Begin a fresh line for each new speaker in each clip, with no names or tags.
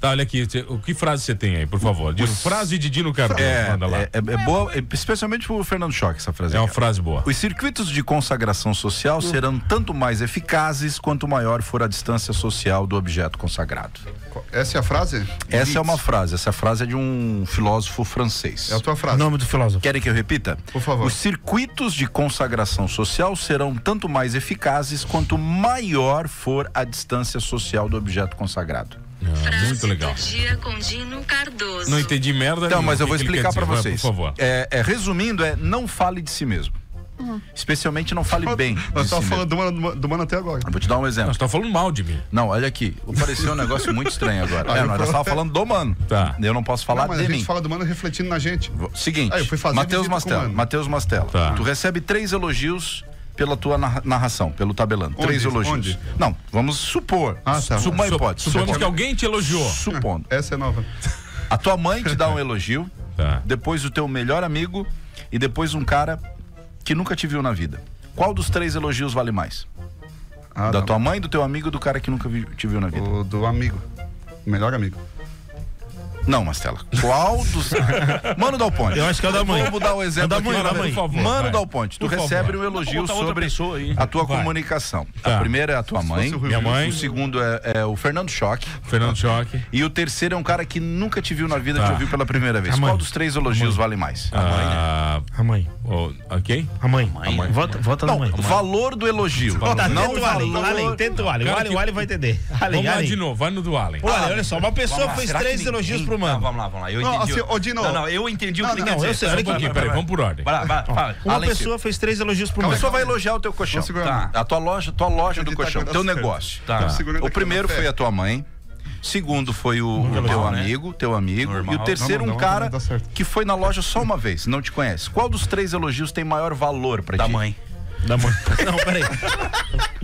Tá, olha aqui, cê- o que frase você tem aí, por favor? Diz, frase de Dino Cardoso,
É,
manda lá.
é, é- é boa, é- especialmente pro Fernando Choque essa frase.
É uma
aqui, ó.
frase boa.
Os circuitos de consagração social serão tanto mais eficazes quanto maior for a distância social do objeto consagrado.
Essa é a frase?
Essa é uma
frase.
frase, essa frase é de um filósofo francês.
É a tua frase.
Nome do filósofo.
Querem que eu repita?
Por favor.
Os circuitos de consagração social serão tanto mais eficazes quanto maior for a distância social do objeto consagrado.
Ah,
Frase
muito legal.
do dia com Dino Cardoso.
Não entendi merda
Então,
nenhuma.
mas eu
O
vou
que que ele quer
explicar pra
dizer? Vai,
vocês.
Por favor.
É, é, resumindo, é não fale de si mesmo. Especialmente não fale bem. de
Nós
si
estávamos
mesmo.
falando do mano, do mano até agora.
Eu Vou te dar um exemplo.
Não, você tá falando mal de mim.
Não, olha aqui. Pareceu um negócio muito estranho agora.
Aí
É,
eu
nós
falo-
estávamos falando do mano.
Tá.
Eu não posso falar
Não, mas
de
a gente
mim.
fala do mano refletindo na gente.
Seguinte,
Ah, eu fui fazer
Matheus
visita com o
Mastella.
mano.
Matheus Mastella.
Tá.
Tu recebe três elogios pela tua narra- narração, pelo tabelando.
Onde?
Três elogios.
Onde?
Não, vamos supor.
Ah, tá.
Supor uma
Sup-
hipótese.
Suponhamos que
Supondo.
alguém te elogiou.
Supondo.
Essa é nova.
A tua mãe te dá um elogio,
Tá.
depois o teu melhor amigo e depois um cara que nunca te viu na vida. Qual dos três elogios vale mais?
Ah,
da
não.
tua mãe, do teu amigo e do cara que nunca vi- te viu na vida?
O do amigo. O melhor amigo.
Não, Mastela. Qual dos. Mano Dal Ponte.
Eu acho que é o da mãe.
Vou dar um exemplo.
É o da
aqui,
mãe,
nada
da
a ver.
mãe. Por favor,
Mano
vai.
Dal Ponte, tu
Por
recebe
favor.
um elogio
Vou botar outra
sobre
pessoa aí.
a tua
Vai.
comunicação. A
Tá.
primeira é a tua mãe.
fosse o Rio
Minha
Grande
mãe,
O segundo é, é o Fernando Choque.
Fernando Choque.
E o terceiro é um cara que nunca te viu na vida,
Tá.
te ouviu pela primeira vez.
A mãe.
Qual dos três elogios vale mais?
Ah,
A mãe.
oh, ok?
A mãe. A mãe. Vota, vota
Não,
na mãe.
valor do elogio.
Tá, tenta
não
o Allen,
valor...
Allen, tenta o Allen. O
Cara,
Allen,
que-
o Allen vai entender. Allen,
Vamos lá
Allen.
de novo, vai no do Allen.
Ô, Allen, olha só, uma pessoa
Vamos lá,
fez
será que
três
ninguém-
elogios pro mano.
Não, vamos lá, vamos lá. Eu
Não,
entendi.
assim, ô, Dino.
Não, não, eu entendi o que
não,
ele quer
eu
dizer.
sei,
Só
olha
um pouquinho,
aqui,
peraí, vamos por ordem.
Vai lá, vai, fala.
Uma
Allen,
pessoa fez três elogios pro
A
mano.
pessoa vai elogiar o teu colchão. Tá.
Vou segurar.
A tua loja, tua
Tá,
loja do
Acreditar
colchão,
que vai
teu
dar certo.
negócio.
Tá.
segurando
O
aqui
primeiro
na fé.
foi a tua mãe. Segundo foi o, o teu
né?
amigo, teu amigo.
Normal.
E o terceiro,
Não, não,
um
não,
cara
não dá certo.
que foi na loja só uma vez, não te conhece. Qual dos três elogios tem maior valor pra
Da
ti?
mãe.
Da mãe. Não, peraí.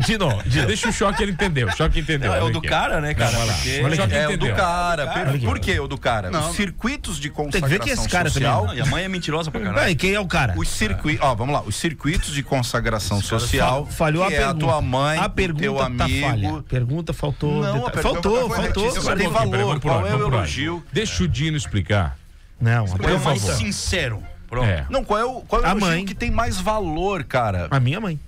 De novo, de novo.
Deixa o Choque ele entender, o Choque entendeu.
É o
olha
do
aqui.
cara, né, cara?
Não, olha lá.
Porque-
Olha aqui.
É o
Entendeu.
do cara. per-
aqui.
Por que o do cara?
Não.
Os circuitos de
que
consagração
ver que é esse cara né?
social.
Não, e a mãe é mentirosa pra caralho.
Peraí, quem é o cara?
Os circuitos, ó, vamos lá, os circuitos de consagração social,
Fa- Falhou
que
a
é
pergunta.
a tua mãe,
a
o
pergunta
teu
tá
amigo,
falha. Pergunta faltou.
Não,
detalhe.
a pergunta
faltou,
foi
faltou.
corretíssima.
Só um
tá tem
pouquinho,
valor,
peraí, vamos por
qual
ordem,
é o
vamos por
elogio?
ordem. Deixa o Dino explicar.
Não, a
É
pergunta
o mais
faltou.
sincero. Pronto.
É.
Não, qual é o, qual é o
A
elogio
mãe.
que tem mais valor, cara?
A minha mãe.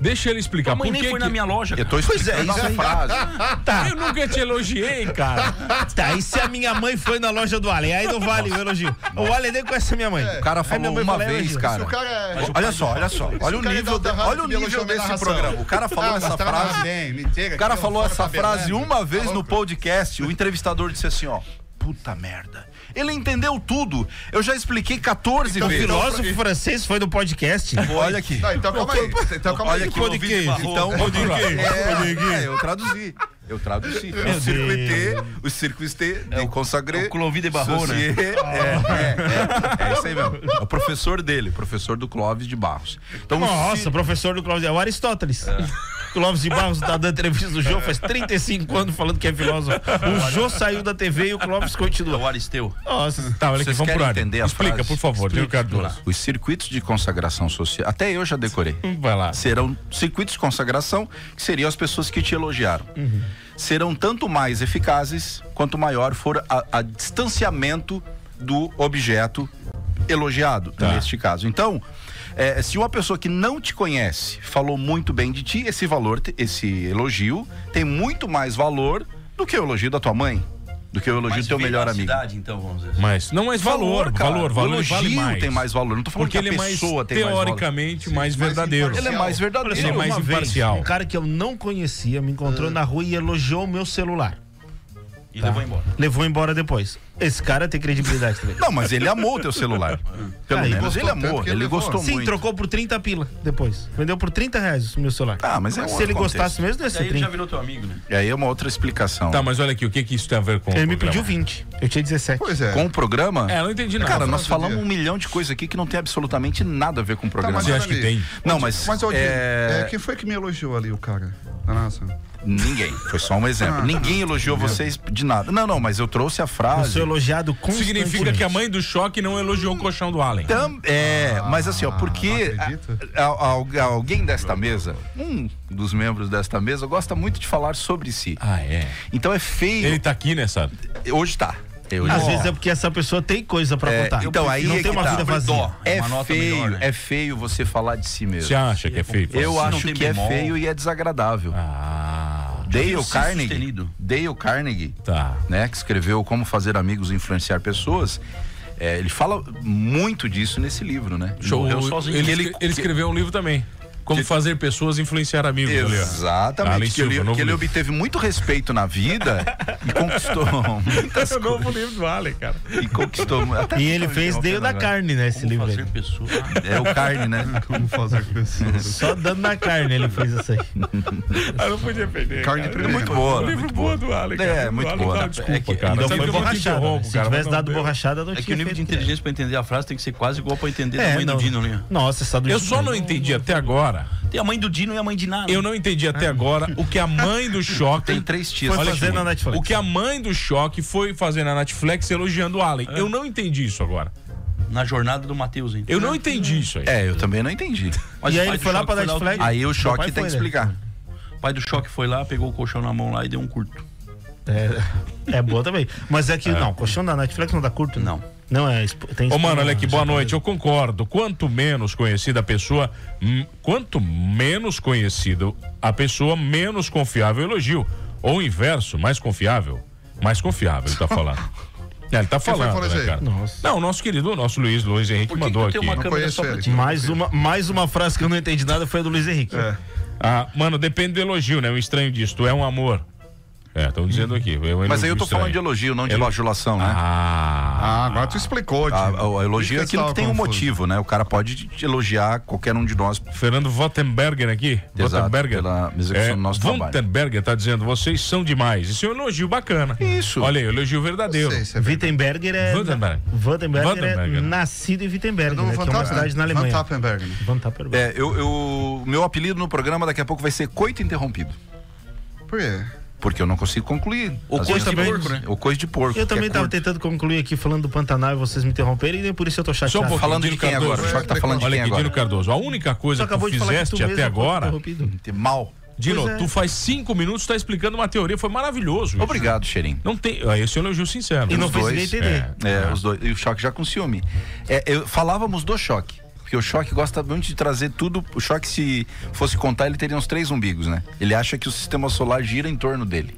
Deixa ele explicar.
A mãe
por
nem
que
foi
que-
na minha loja.
Eu
cara.
tô explicando a frase.
Tá,
Eu nunca te elogiei, cara.
tá. E se a minha mãe foi na loja do Allen? Aí não vale o elogio. O Allen nem conhece a minha mãe.
O cara falou uma vez, cara.
Se o cara é.
Ó, Olha só, olha só. Olha o
cara é
nível,
da
de-
Rádio
olha o
que
nível
elogiou minha
desse
narração.
programa. O cara falou
Ah,
essa
mas tá na
frase.
bem, mentira,
O cara
que
falou
fora
essa
tabelando.
frase uma vez
Tá
no
louco?
podcast. O entrevistador disse assim, ó. Puta merda. Ele entendeu tudo. Eu já expliquei 14
O
vezes.
Então, filósofo francês foi no podcast.
Olha aqui.
Tá, então calma aí. Então calma
Olha
aí.
aqui,
Pô, de
ouvi
quem?
barro. Então,
Pô, de quem?
é, é, eu traduzi. Eu traduzi. O circuité, o circuité de consagré.
o Clovis de Barro,
socié, É, é, é, é isso aí mesmo. É o professor dele, professor do Clóvis de Barros. Então, o
Nossa,
ci-
professor do Clóvis, é o Aristóteles. Clóvis de Barros tá dando entrevista do Jô faz 35 anos falando que é filósofo. O Jô saiu da TV e o Clóvis
É o
continua.
Aristeu.
Nossa.
Tá, olha aqui,
Vocês
vamos por
querem
ordem.
entender a
Explica,
frase?
por favor, Dino Cardoso.
os circuitos de consagração social, até eu já decorei.
Vai lá.
Serão circuitos de consagração, que seriam as pessoas que te elogiaram.
Uhum.
Serão tanto mais eficazes quanto maior for a, a distanciamento do objeto elogiado,
Tá.
neste caso. Então, eh, se uma pessoa que não te conhece falou muito bem de ti, esse valor, te- esse elogio, tem muito mais valor do que o elogio da tua mãe, do que o elogio
Mas
do teu melhor amigo.
velocidade, então, vamos dizer.
Mas não mais valor,
cara.
valor, valor,
O elogio
vale mais.
tem mais valor. Não tô falando
Porque
que
ele
a
é mais
pessoa tem mais valor.
teoricamente mais,
mais
verdadeiro.
Ele é
imparcial.
mais verdadeiro.
Ele é mais
Uma vez,
imparcial.
um cara que eu não conhecia me encontrou na rua e elogiou o meu celular.
E levou embora.
Levou embora depois. Esse cara tem credibilidade também.
Não, mas ele amou o teu
É.
celular. Pelo
Ah, ele
menos ele
gostou tanto
amou,
que
ele,
ele levou.
gostou
Sim,
muito.
trocou por 30 pila depois. Vendeu por 30 reais o meu celular.
Ah, mas é um
Se
outro
ele
contexto.
gostasse mesmo, ia ser
Daí ele já
30.
virou teu amigo, né?
E aí é uma outra explicação.
Tá, mas olha aqui, o que que isso tem a ver com o
Ele me pediu
programa?
20. Eu tinha 17.
Pois é.
Com o programa...
É, eu não entendi nada.
Cara, nós
Frase do
falamos
dia.
um milhão de coisas aqui que não tem absolutamente nada a ver com o programa.
Tá, mas Você acha que
ali-
tem?
Não, mas...
Mas, ô, Dino,
é...
é, quem foi que me elogiou ali, o cara? Da nossa.
Ninguém. Foi só um
Ah, tá.
exemplo. Ninguém elogiou vocês de nada. Não, não, mas eu trouxe a
Eu
frase.
sou elogiado
um
constantemente.
Significa que a mãe do choque não elogiou o colchão do Allen.
Tam- é, mas assim, ó, porque
não acredito.
a- a- al- alguém desta mesa, um dos membros desta mesa, gosta muito de falar sobre si.
Ah, é.
Então é feio.
Ele tá aqui nessa.
Hoje tá. É, hoje
Às
tá.
vezes é porque essa pessoa tem coisa pra
É,
contar.
então aí
não
é que
tem uma
tá.
vida vazia.
Dó.
É
Uma nota
feio,
melhor, né?
é feio você falar de si mesmo.
Você acha que é feio?
Eu
não
acho
tem
que é
bemol.
feio e é desagradável.
Ah,
Eu
Dale
sinto
Carnegie,
sustenido.
Dale Carnegie,
tá.
né, que escreveu Como Fazer Amigos e Influenciar Pessoas, é, ele fala muito disso nesse livro, né?
Morreu
O-
sozinho.
Ele,
Ele-
ele escreveu um livro também. Como fazer pessoas influenciar amigos. ali, ó.
Exatamente.
Alan
que ele,
Silva, novo
que ele
livro.
obteve muito respeito na vida e conquistou muitas
É o novo livro do Allen, cara.
E conquistou. até
E ele
tô
fez
interrompendo
Deio da
agora.
Carne, né? Esse
Como
livro
fazer
aí.
pessoa.
É o carne, né?
Como fazer com pessoas?
Só dando na carne ele fez isso aí. Então
Eu não podia perder.
Carne
É
primeiro.
muito boa.
O livro
muito
boa
boa.
do Allen,
É,
cara. O
muito
Allen
boa.
dá
É
Desculpa,
que-
cara.
Ainda
Sabe
foi
que eu te
borrachada.
né?
interrompo,
Se
cara, mas
tivesse
não
dado
deu.
borrachada, não
É
tinha
que o nível de
feito, cara.
inteligência pra entender a frase tem que ser quase igual pra entender a
É,
mãe
não.
do Dino né? ali. ó.
Nossa, essa do
Eu
Dino
só
aí.
não entendi até agora.
Tem a mãe do Dino e a mãe de Nara.
Eu não entendi até agora o que a mãe do choque.
Ah. Tem três tias.
Foi
Olha
fazer
aqui,
na Netflix.
O que a mãe do choque foi fazer na Netflix elogiando o Allen. Eu não entendi isso agora.
Na jornada do Matheus, hein?
Eu
Ah.
não entendi isso aí.
É, eu também não entendi.
Mas
E
o
aí ele
pai do
foi lá
Choque
pra
foi
Netflix.
lá outro
Aí o
Meu pai
choque tem
foi,
que
né?
explicar.
O pai do choque foi lá, pegou o colchão na mão lá e deu um curto.
É, é boa também. Mas é que, não, colchão da Netflix não dá curto? né?
Não.
Não, é. expo- Tem
Ô, mano,
espuma,
olha aqui, boa
já-
noite. Eu concordo. Quanto menos conhecida a pessoa, hum, quanto menos conhecido a pessoa, menos confiável o elogio. Ou o inverso, mais confiável. Mais confiável, ele tá falando. É, ele tá falando,
falou isso
né,
aí?
cara?
Nossa.
Não, o nosso querido, o nosso Luiz, Luiz Henrique
Por que
mandou
que
aqui.
tu tem uma
Não
câmera
conheço
só pra
ele.
ti?
Mais uma, mais uma frase que eu não entendi nada foi a do Luiz Henrique.
É.
Ah, mano, depende do elogio, né? O estranho disso, tu é um amor. É, estão dizendo aqui.
Mas aí eu tô falando de elogio, não de
Elo-
lojulação, né?
Ah,
Ah, agora tu explicou,
A,
Dino.
a- o elogio é
Por isso eu
aquilo que tem um
estava confuso.
motivo, né? O cara pode te elogiar qualquer um de nós.
Fernando Wottenberger aqui.
Exato,
Wottenberger. É,
pela execução do nosso trabalho.
Wottenberger tá dizendo, vocês são demais. Isso é um elogio bacana.
Isso.
Olha aí, elogio
Não
verdadeiro.
sei se é verdade.
Wittenberger é.
Württemberg.
Württemberger é
Württemberger.
nascido em
É
Wittenberg,
do
né,
Van
que é uma
Tappen-
cidade
Van
na Alemanha.
Tappenberg. né?
Van Tappenberg.
É, eu, eu- meu apelido no programa daqui a pouco vai ser coito interrompido.
Por quê?
Porque eu não consigo concluir.
O
Às
coisa
vezes-
de porco, né?
O coisa de porco.
Eu
que é
também tava
curto.
tentando concluir aqui falando do Pantanal e vocês me interromperem, e nem por isso eu tô chateado.
um pouquinho.
Tá Falando de
Dino
quem
Cardoso.
agora? O choque tá falando de
Olha
quem
aqui, Dino
agora?
Cardoso. A única
Só
coisa que tu
acabou de falar que tu
fizeste
mesmo
até
foi
agora.
interrompido.
Mal.
Dino,
Pois é.
tu faz cinco minutos, tá explicando uma teoria. Foi maravilhoso. isso.
Obrigado, Xerim.
Não tem. ah, Esse é um elogio sincero.
E não
Os
fez ninguém
dois,
entender.
É, os dois. E o choque já com ciúme. É, eu, falávamos do choque. Porque o choque gosta muito de trazer tudo. O choque, se fosse contar, ele teria uns três umbigos, né? Ele acha que o sistema solar gira em torno dele.